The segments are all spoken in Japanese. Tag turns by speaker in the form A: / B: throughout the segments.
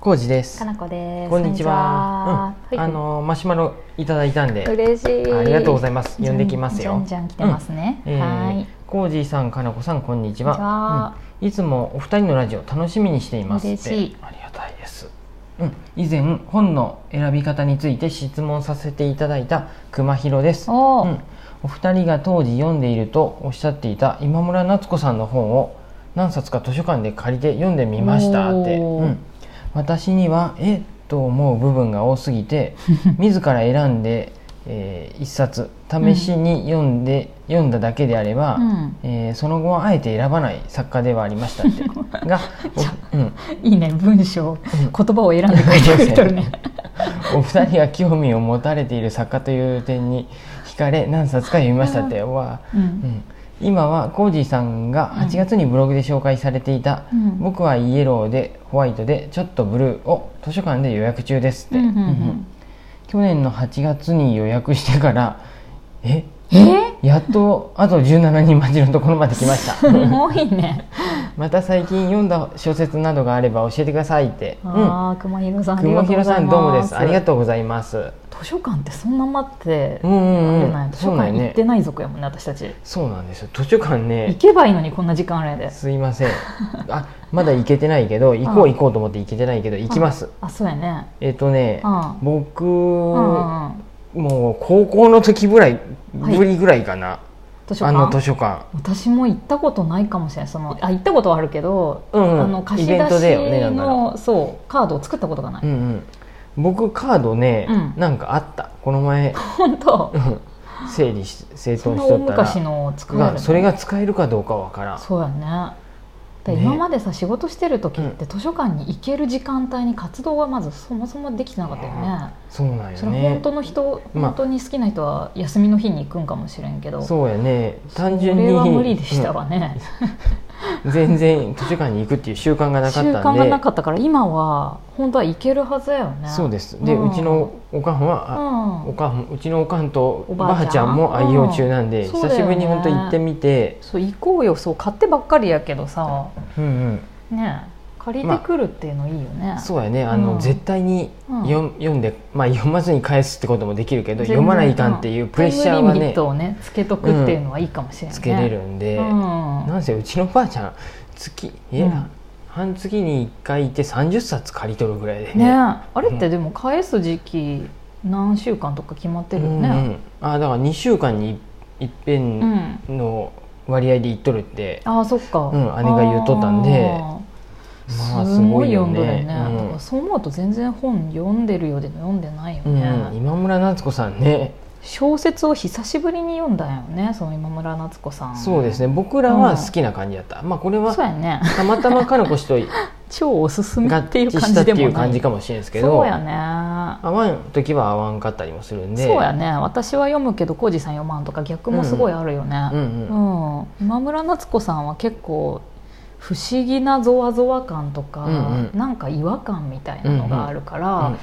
A: コウジです
B: か。なこです。
A: こんにちは。う
B: こ
A: ん
B: にちは
A: あのマシュマロいただいたんで、
B: 嬉しい。
A: ありがとうござ
B: い
A: います。呼んできますよ。
B: じゃんじゃん来てますね。
A: えー
B: はい。
A: コウジさん、かなこさん、こんにちは。
B: こんにちはい
A: つもお二人のラジオ楽しみにしていますって。
B: 嬉しい
A: ありがたいです。うん、以前本の選び方について質問させていただいた熊弘です。
B: お
A: う
B: ー
A: ん、お二人が当時読んでいるとおっしゃっていた今村夏子さんの本を何冊か図書館で借りて読んでみましたって、
B: おー
A: うん私にはえっと思う部分が多すぎ て自ら選んで、えー一冊試しに読んで、読んだだけであれば、
B: うん
A: えーその後はあえて選ばない作家ではありましたって が、おうん、
B: いいね文章言葉を選んで書いてくれてるね。
A: お二人が興味を持たれている作家という点に惹かれ何冊か読みましたってわあ
B: うん。
A: 今はコージーさんが8月にブログで紹介されていた「
B: うん
A: 僕はイエローでホワイトでちょっとブルー」を図書館で予約中ですって、
B: うんうんう
A: うんうん
B: ん
A: 去年の8月に予約してからえ
B: えー
A: やっとあと17人待ちのところまで来ました
B: す ごいね。
A: また最近読んだ小説などがあれば教えてくださいって、うん、
B: ああ熊ひろさんありが
A: 雲
B: とうご
A: 広
B: ざ
A: さ
B: い
A: ん
B: ます。
A: どうもですありがとうございます
B: 図書館ってそんな待って
A: う
B: あ
A: んうんう
B: れ
A: ん
B: ない図
A: そ
B: 書
A: うなんよ
B: 館行
A: ね
B: ってない族やもんね私たち。
A: そうなんですよ図書館
B: 行
A: ね
B: けばいいのにこんな時間あれで。
A: すいませんあまだ行けてないけど行こう行こうと思って行けてないけど行きます
B: あそうやね。
A: えっ、とね、
B: うん
A: 僕、
B: うんうんうん。
A: もう高校の時ぐらい
B: はい
A: ぶりぐらいかな、
B: 図書
A: あの図
B: 館。
A: 書館
B: 私も行ったことないかもしれない。そのあ行ったことはあるけど、
A: うんうん
B: あの貸し
A: イベ
B: 出
A: ン
B: し
A: トだよねなんなら
B: の、そうカードを作ったことがない、
A: うんうん僕カードね、
B: うん
A: なんかあったこの前
B: 本当
A: うん整理し整
B: そ
A: 頓
B: んな
A: しと
B: 大
A: ったら
B: 昔のを作れる
A: が
B: の
A: それが使えるかどうかわからん
B: そうやねだから
A: ね
B: 今までさ、仕事してる時って図書館に行ける時間帯に活動がまずそもそもできてなかったよね、
A: そうなんよ
B: それ
A: ね
B: 本当の人、
A: まあ
B: 本当に好きな人は休みの日に行くんかもしれんけど
A: そうやね単純に
B: これは無理でしたわね、
A: うん全然図書館に行くっていう習慣がなかっ
B: 習
A: たん
B: 慣
A: で
B: がなかったから今は本当は行けるはずやよね
A: そうですで、うちのおかんは、あ
B: うん
A: おかんうちのおかんと
B: お
A: お
B: ば
A: ば
B: あ
A: あ
B: ち
A: ち
B: ゃ
A: ゃ
B: ん
A: んも愛用中なんで、
B: うんそう
A: 久
B: だ
A: し
B: よ
A: ぶ
B: ね
A: りに本当行ってみて
B: そう行こうよそう買ってばっかりやけどさ
A: うんうん
B: ねえ借りてくるっていうのいいよね、
A: そうやねあの、
B: うん
A: 絶対に
B: うん
A: 読,、読んで、まあ、読まずに返すってこともできるけど
B: 全然
A: 読まないかんっていうプレッシャーは
B: タイムリミ
A: ね
B: ットをねつけとくっていうのはいいかもしれない、ね
A: つけれるんで、
B: うん
A: なんせうちのばあちゃん月え、
B: うん
A: 半月に1回いて30冊借りとるぐらいでね
B: ねえあれってでも返す時期何週間とか決まってるよ
A: うんう
B: ね
A: んあだから2週間にいいっぺ
B: うん、
A: んの割合で言っとるって、
B: ああそっか、
A: うん姉が言っとったんで
B: あー
A: まあ
B: す
A: す
B: ご
A: ご
B: い
A: い
B: 読
A: よ
B: ん
A: ね
B: どるよね、だか
A: うん
B: らそう思うと全然本読んでるようで読んでないよ
A: うん
B: ね、
A: 今村夏子さんね
B: 小説を久しぶりに読んだんよねその今村夏子さん
A: そうですね僕らは好きな感じだった、まあこれは
B: そうやね
A: たまたまかのこしと合
B: 超おすすめっていう
A: 致
B: 感
A: した
B: じ
A: って
B: で
A: い
B: も
A: う
B: な
A: 感
B: い
A: じかもしれんですけど
B: そうやね
A: 合わん時は合わんかったりもするんで
B: そうやね私は読むけど浩二さん読まんとか逆もすごいあるよ
A: うん
B: ね
A: うん
B: うん今村夏子さんは結構不思議なぞわぞわ感とか、
A: うんうん
B: なんか違和感みたいなのがあるから、
A: うん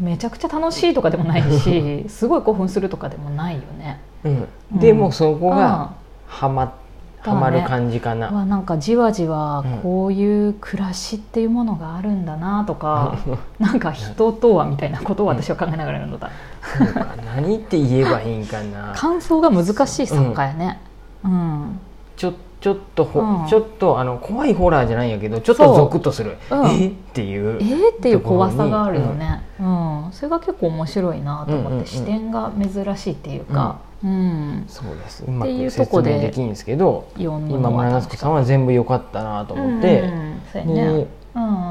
B: めちゃくちゃ楽しいとかでもないしすごい興奮するとかでもないよね。
A: うん
B: うん
A: でもうそこ
B: うん
A: がはまはまる感じかな、
B: はなんかじわじわ
A: うん
B: こういう暮らしっていうものがあるんだなとか、なんか人とはみたいなことを私は考えながら読んだ、
A: そうか何って言えばいいんかな
B: 感想が難しい作家やね、うん
A: ちょちょっとほ、
B: うん
A: ちょっとあの怖いホラーじゃないんやけどちょっとゾクッとする、
B: そううん
A: えっていう
B: えーっていう怖さがあるよね、うんそれが結構面白いなと思って、
A: うんうんうん
B: 視点が珍しいっていうか、うん
A: そうですうま
B: っていう
A: く
B: と
A: 説
B: こ
A: 明
B: で
A: できんですけど
B: 読む
A: 今
B: のは
A: 村夏
B: 楽
A: 子
B: し
A: さんは全部良かったなと
B: い
A: 思って、
B: うんうんそうやね、
A: で
B: うん、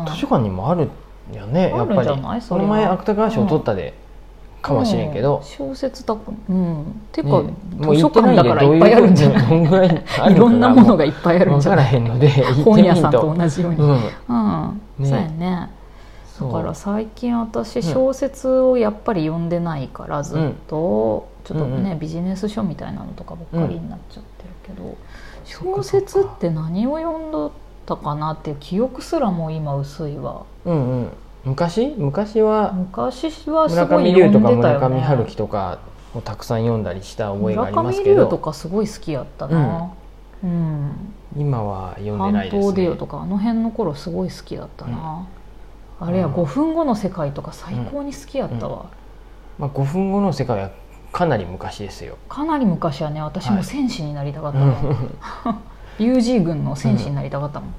A: 図書館にもあるんやねやっ
B: あるん
A: ぱ
B: じ
A: り
B: ゃないそ
A: こ
B: れ
A: の
B: は
A: 前芥川賞取ったで、かもしれんけ
B: うん
A: ど、
B: 小説だうんていうか、
A: ね
B: 図書館だから
A: もう
B: い
A: 行
B: っぱ
A: て
B: いあるんじゃ
A: ない
B: ない
A: でどういうどんぐらいあるのか
B: いろんなものがいっぱいあるん
A: 分
B: じゃ
A: か
B: な
A: ら
B: い
A: へんので行ってみんと
B: 本屋さんと同じように、うん
A: うんね
B: そうやねだ
A: そう
B: から最近私小説をやっぱり読んでないからずっと、ちょっとね、
A: うんうん
B: ビジネス書みたいなのとかばっかりになっちゃってるけど、
A: そう
B: 小
A: か
B: 説
A: そう
B: っ
A: か
B: て何を読んどったかなっていう記憶すらもう今薄いわ
A: うんうん昔昔は
B: 昔はす
A: 村
B: ごい
A: 上
B: 読
A: 龍
B: ん
A: と
B: でた
A: か
B: よ
A: 村
B: ね
A: 上春樹とかをたくさん読んだりした覚えがあ
B: 村
A: ります
B: 上
A: け
B: 龍と
A: ど
B: かすごい好きやったな、うん
A: 今は読んでな
B: 半
A: いです
B: 島出
A: ね
B: よとかあの辺の頃すごい好きだったな、あれや
A: うん
B: 5分後の世界とか最高に好きやったわ、
A: まあ、5分後の世界はかなり昔ですよ、
B: かなり昔はね私も
A: はい
B: 戦士になりたかっ
A: う
B: たもん、
A: ん
B: UG 軍の戦士になりたかったもん、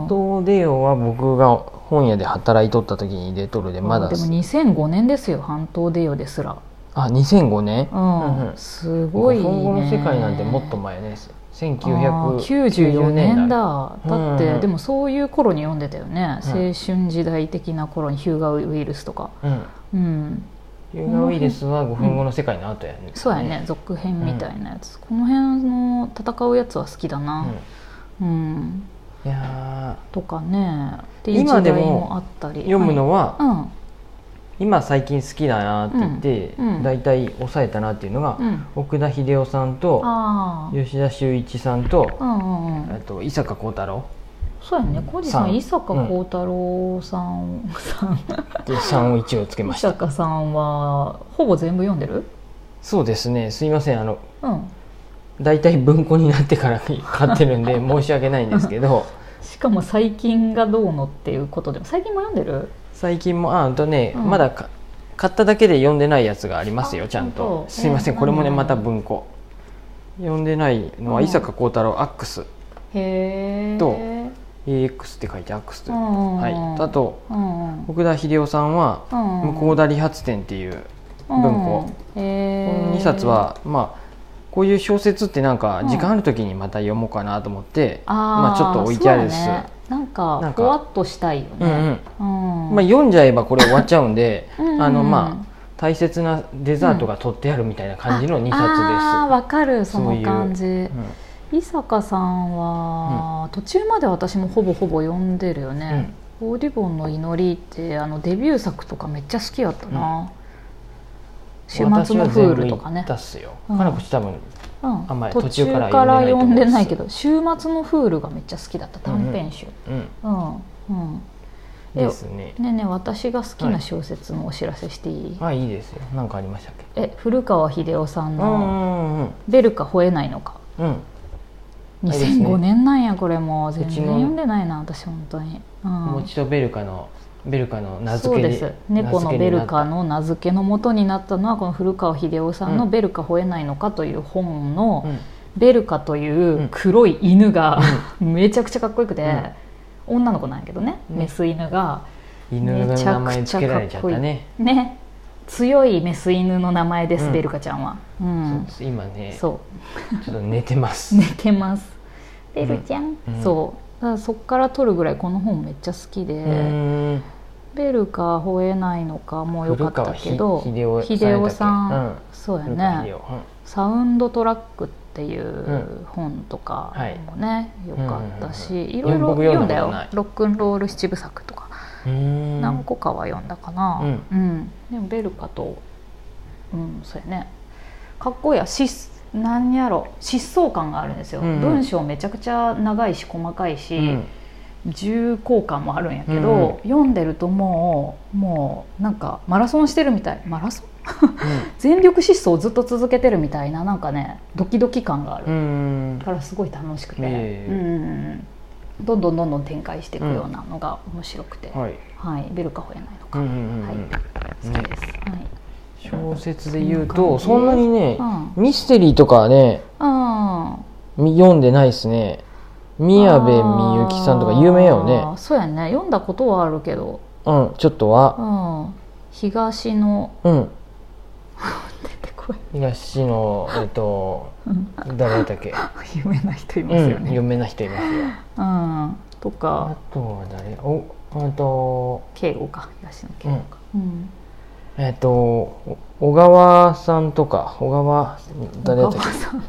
A: 半島デオは僕が本屋で働いとった時に出とるでまだ
B: でも2005年ですよ半島デヨですら、
A: あ2005年
B: うん
A: うんうん
B: すごいね
A: 5分後の世界なんてもっと前です
B: あー
A: 1994
B: 94年
A: 年代
B: だだって、
A: うんうん
B: でもそういう頃に読んでたよね、
A: うん
B: 青春時代的な頃にヒューガウイルスとか
A: うん
B: うん
A: ユーガウイルスは5分後の世界の後やね、
B: そうやね、続編みたいなやつ、この辺の戦うやつは好きだ
A: う、
B: なんうん、
A: いや
B: とかねっていう時
A: 今
B: 代
A: でも
B: もあった
A: ー
B: り
A: 読むのは、
B: は
A: 今最近好きだなって言って、
B: うんうん
A: 大体抑えたなっていうのが
B: い、うん、うん、
A: 奥田秀夫さんと
B: ああ
A: 吉田修一さんと
B: うんうんう
A: あ
B: ん
A: と伊坂幸太郎
B: そうやね浩二さ
A: さ
B: ん
A: ん
B: 伊坂幸太郎さん、さん
A: で3を一応つけま
B: 伊
A: した
B: 坂さんはほぼ全部読んでる
A: そうですねすいませんあの
B: うん
A: 大体文庫になってから 買ってるんで申し訳ないんですけど
B: しかも最近がどうのっていうことでも最近も読んでる
A: 最近もああとね、
B: うん
A: まだか買っただけで読んでないやつがありますよ
B: あ
A: ちゃん
B: 本
A: と
B: 当
A: すいません
B: えー
A: これもね
B: 何
A: また文庫読んでないのは
B: うん
A: 伊坂幸太郎アックス
B: へえ
A: と AX って書いてアックスという
B: うん
A: はいあと
B: うんうん
A: 奥田秀夫さんは「向田理髪店」っていう
B: うん
A: 文庫
B: うん
A: こ
B: へー
A: の2冊はまあこういう小説ってなんか
B: うん
A: 時間ある時にまた読もうかなと思って
B: あー
A: まあちょっと置いてあるっす
B: そうだねなん
A: な
B: か
A: んか
B: ぼわっとしたいよ
A: うんう
B: ね
A: ん
B: うん
A: まあ読んじゃえばこれ終わっちゃうんで
B: うんうんうん
A: あのまあ大切なデザートが取ってあるみたいな感じの2
B: あー
A: 冊
B: わかる
A: そ
B: そ
A: うい
B: の
A: う
B: 感じ
A: ですうん。
B: 伊坂さんは途中まで私もほぼほぼ読んでるよねオーディボンの祈りってあのデビュー作とかめっちゃ好きやったな週末のフールとか
A: 私は全部行っ
B: ね
A: たっすよ。
B: うん
A: かなこち多分、
B: うん
A: あんまり
B: 途中
A: 途中
B: か
A: から
B: ら読
A: 読
B: ん
A: ん
B: で
A: で
B: な
A: ないい
B: け
A: と
B: ど「週末のフール」がめっちゃ好きだった短編集
A: うん、
B: うんうんえ
A: ですね。
B: ねえねえ私が好き
A: は
B: ない小説のお知らせしていい、
A: あ、いいですよ。なんかありましたっけ。
B: え古川英夫さん
A: うん
B: の
A: うん
B: 「ベルか吠えないのか
A: うんうん。」いいですね
B: 2005年なんやこれもう全
A: う
B: 然
A: ちの
B: 読んでないな私本当に、う、
A: もうん一度ベルカのベルカの名
B: そう
A: 付け
B: で
A: です
B: 猫のベルカ
A: 名付
B: の名付けの元になったのはこの古川英夫さんの「
A: うん
B: ベルか吠えないのか」という本の、
A: けになっ
B: ベルカという黒い犬が、めちゃくちゃかっこよくて、女の子なんやけどね、
A: うん
B: メス犬が
A: た、うん、犬の名前付けられちゃったね。
B: ね強いメス犬の名前です、
A: うん
B: ベルカちゃんは、う
A: そうんで、す今ね、ちょ
B: そ
A: っと寝てます。
B: う寝てますベルちゃん、
A: うん
B: そうだからそっから撮るぐらいこの本めっちゃ好きで、
A: うーん。
B: ベルか吠えないのかも良かったけど
A: 古川ひ
B: 秀夫さん
A: さんやったっけ
B: そうや
A: ベルカ
B: ね
A: 秀夫
B: サウンドトラックっていうう本とかもね、良よかったし、
A: うんうんうん
B: いろいろ
A: 僕
B: 読
A: 読
B: ん
A: ん
B: だ
A: だこと
B: よ
A: ない
B: ロックンロール七部作とか
A: うん。うーん
B: 何個かは読んだかな、
A: うん
B: でもベルカとうんそうやねかっこいいやし何やろ疾走感があるんですよ、
A: うんうん
B: 文章めちゃくちゃ長いし細かいし、
A: うん
B: 重厚感もあるんやけ
A: うんうん
B: ど、読んでるともうもうなんかマラソンしてるみたいマラソン全力疾走をずっと続けてるみたいななんかねドキドキ感がある、
A: うーん
B: からすごい楽しくて、
A: ええ
B: うんどんどんどんどん展開していくようなのが面白くて、はい
A: はい。
B: ベルカホやないの
A: う
B: か、
A: んうんうん
B: は
A: う
B: い
A: ん。
B: 好きです、はい
A: 小説で言う
B: そんな感
A: と
B: じ
A: そんなにね、
B: う
A: ミステリーとかはね
B: あ
A: み読んでないですね宮部みゆきさんとか有名やよね
B: そうやね読んだことはあるけど、
A: うんちょっと
B: う
A: は
B: ん、東の
A: うん
B: 出てこい、
A: 東のえっ と
B: うん、
A: 誰だっけ、
B: 有名な人いま
A: う
B: す
A: ん
B: よね、
A: 有名な人いますよ
B: うんと
A: あ
B: か
A: とは誰おあと
B: 敬語か東の敬語か、うん
A: えっとお小川さんとか小川誰だっ
B: 小川
A: け
B: さん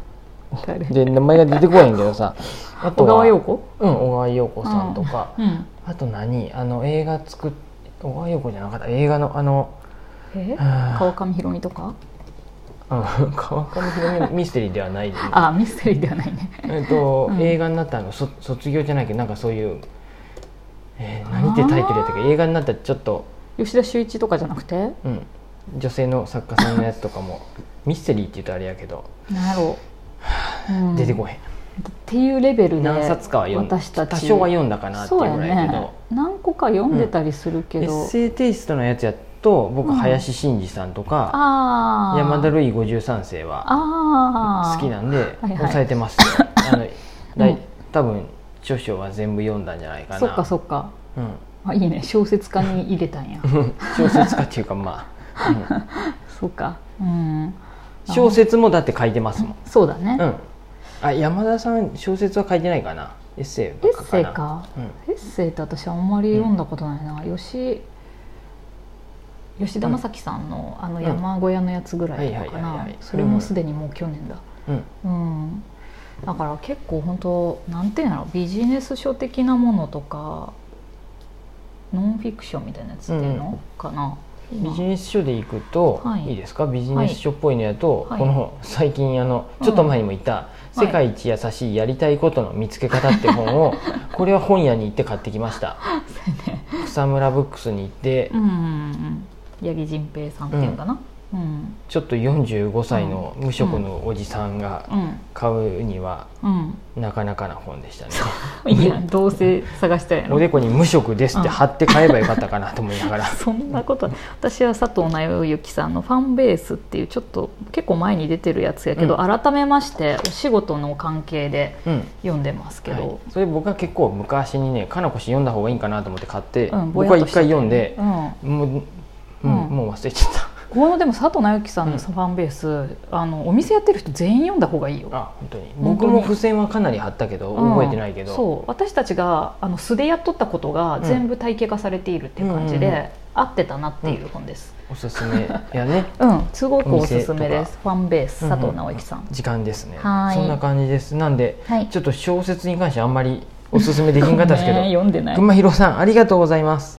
B: 誰
A: で名前が出てこないんだけど さあ
B: 小
A: とは
B: 川陽子
A: うん小川陽子さんとか、
B: うん
A: あと何あの映画作っ小川陽子じゃなかった映画のあの
B: え
A: あー
B: 川上弘美とか
A: うん 川上弘美ミステリーではないですね
B: あミステリーではないね
A: えっと、
B: うん
A: 映画になったのそ卒業じゃないけどなんかそういう、えー何てタイトルやったっけ映画になったちょっと、
B: 吉田修一とかじゃなくて
A: うん、女性の作家さんのやつとかもミステリーって言うとあれやけど
B: なんやろう、うん
A: 出てこへん、
B: っていうレベルで
A: 何冊かは読ん
B: 私たち
A: 多少は読んだかなっていう
B: そうや
A: ぐらいやけど
B: ね何個か読んでたりするけ
A: エ
B: ど、
A: ッセイテイストのやつやと僕
B: うん
A: 林真二さんとか、
B: ああ
A: 山田るい53世は
B: ああ
A: 好きなんで
B: はいはい
A: 抑えて ます、あのだい
B: うん
A: 多分著書は全部読んだんじゃないかな
B: そっかそっか
A: うん、
B: あいいね小説家に入れたんや
A: 小説家っていうかまあ、 うん
B: そうかうん
A: 小説もだって書いてますもん、
B: そうだね、
A: うん、あ山田さん小説は書いてないかなエッセイ
B: エ
A: ばっ
B: ッ
A: か
B: セ
A: か
B: イ
A: な
B: か
A: うん
B: エッセイって私あんまり読んだことないな、吉吉田正樹さんのあの山小屋のやつぐらいとかか
A: はいはい
B: な
A: はいはい
B: それもすでにもう去年だ
A: うん
B: うんだから結構本当なんていうんだろうビジネス書的なものとかノンフィクションみたいなやつっていう
A: うんう
B: のかな、
A: ビジネス書で行くと、
B: はい
A: い、いですかビジネス書っぽいのやと、
B: はい
A: この最近あの
B: うん
A: ちょっと前にも言った「
B: はい
A: 世界一優しいやりたいことの見つけ方」って本 をこれは本屋に行って買ってきました草むらブックスに行って
B: うんうんうん八木仁平さんっていうんだなうん
A: ちょっと45歳の無職のおじさんが
B: うん
A: 買うには
B: うん、
A: なかなかな本でしたね
B: いやどうせ探したや
A: お
B: ろ
A: でこに「無職です」って貼って買えばよかったかなと思いなが ら
B: そんなことない私は佐藤直之さんの「ファンベース」っていうちょっと結構前に出てるやつやけど、
A: う
B: 改めましてお仕事の関係で
A: うん
B: 読んでますけ
A: はい
B: ど、、
A: それ僕は結構昔にねかなこし読んだ方がいいんかなと思って買って、
B: うんぼ
A: 僕
B: や
A: は
B: っと
A: 一
B: して
A: 回読んで、
B: うん、
A: もう、うん
B: うん
A: もう忘れちゃっ た
B: このでも佐藤直之さん
A: う
B: の
A: ん
B: ファンベース、あのお店やってる人全員読んだ方がいいよ。
A: あ本当に
B: 当に
A: 僕も付箋はかなり貼ったけど
B: うん
A: 覚えてないけど、
B: そう私たちがあの素でやっとったことが全部体系化されているっていう感じで、
A: うんうんうん
B: 合ってたなっていう本です。
A: おすすめやね
B: うん、すごくおすすめで
A: お店
B: す。ファンベー
A: う
B: ス
A: んうん
B: 佐藤直之さん。
A: 時間ですね
B: はい
A: そんな感じですなんで
B: はい。
A: ちょっと小説に関してあんまりおすすめできんかったですけど
B: ね読んでない。
A: 群馬ひろさんありがとうございます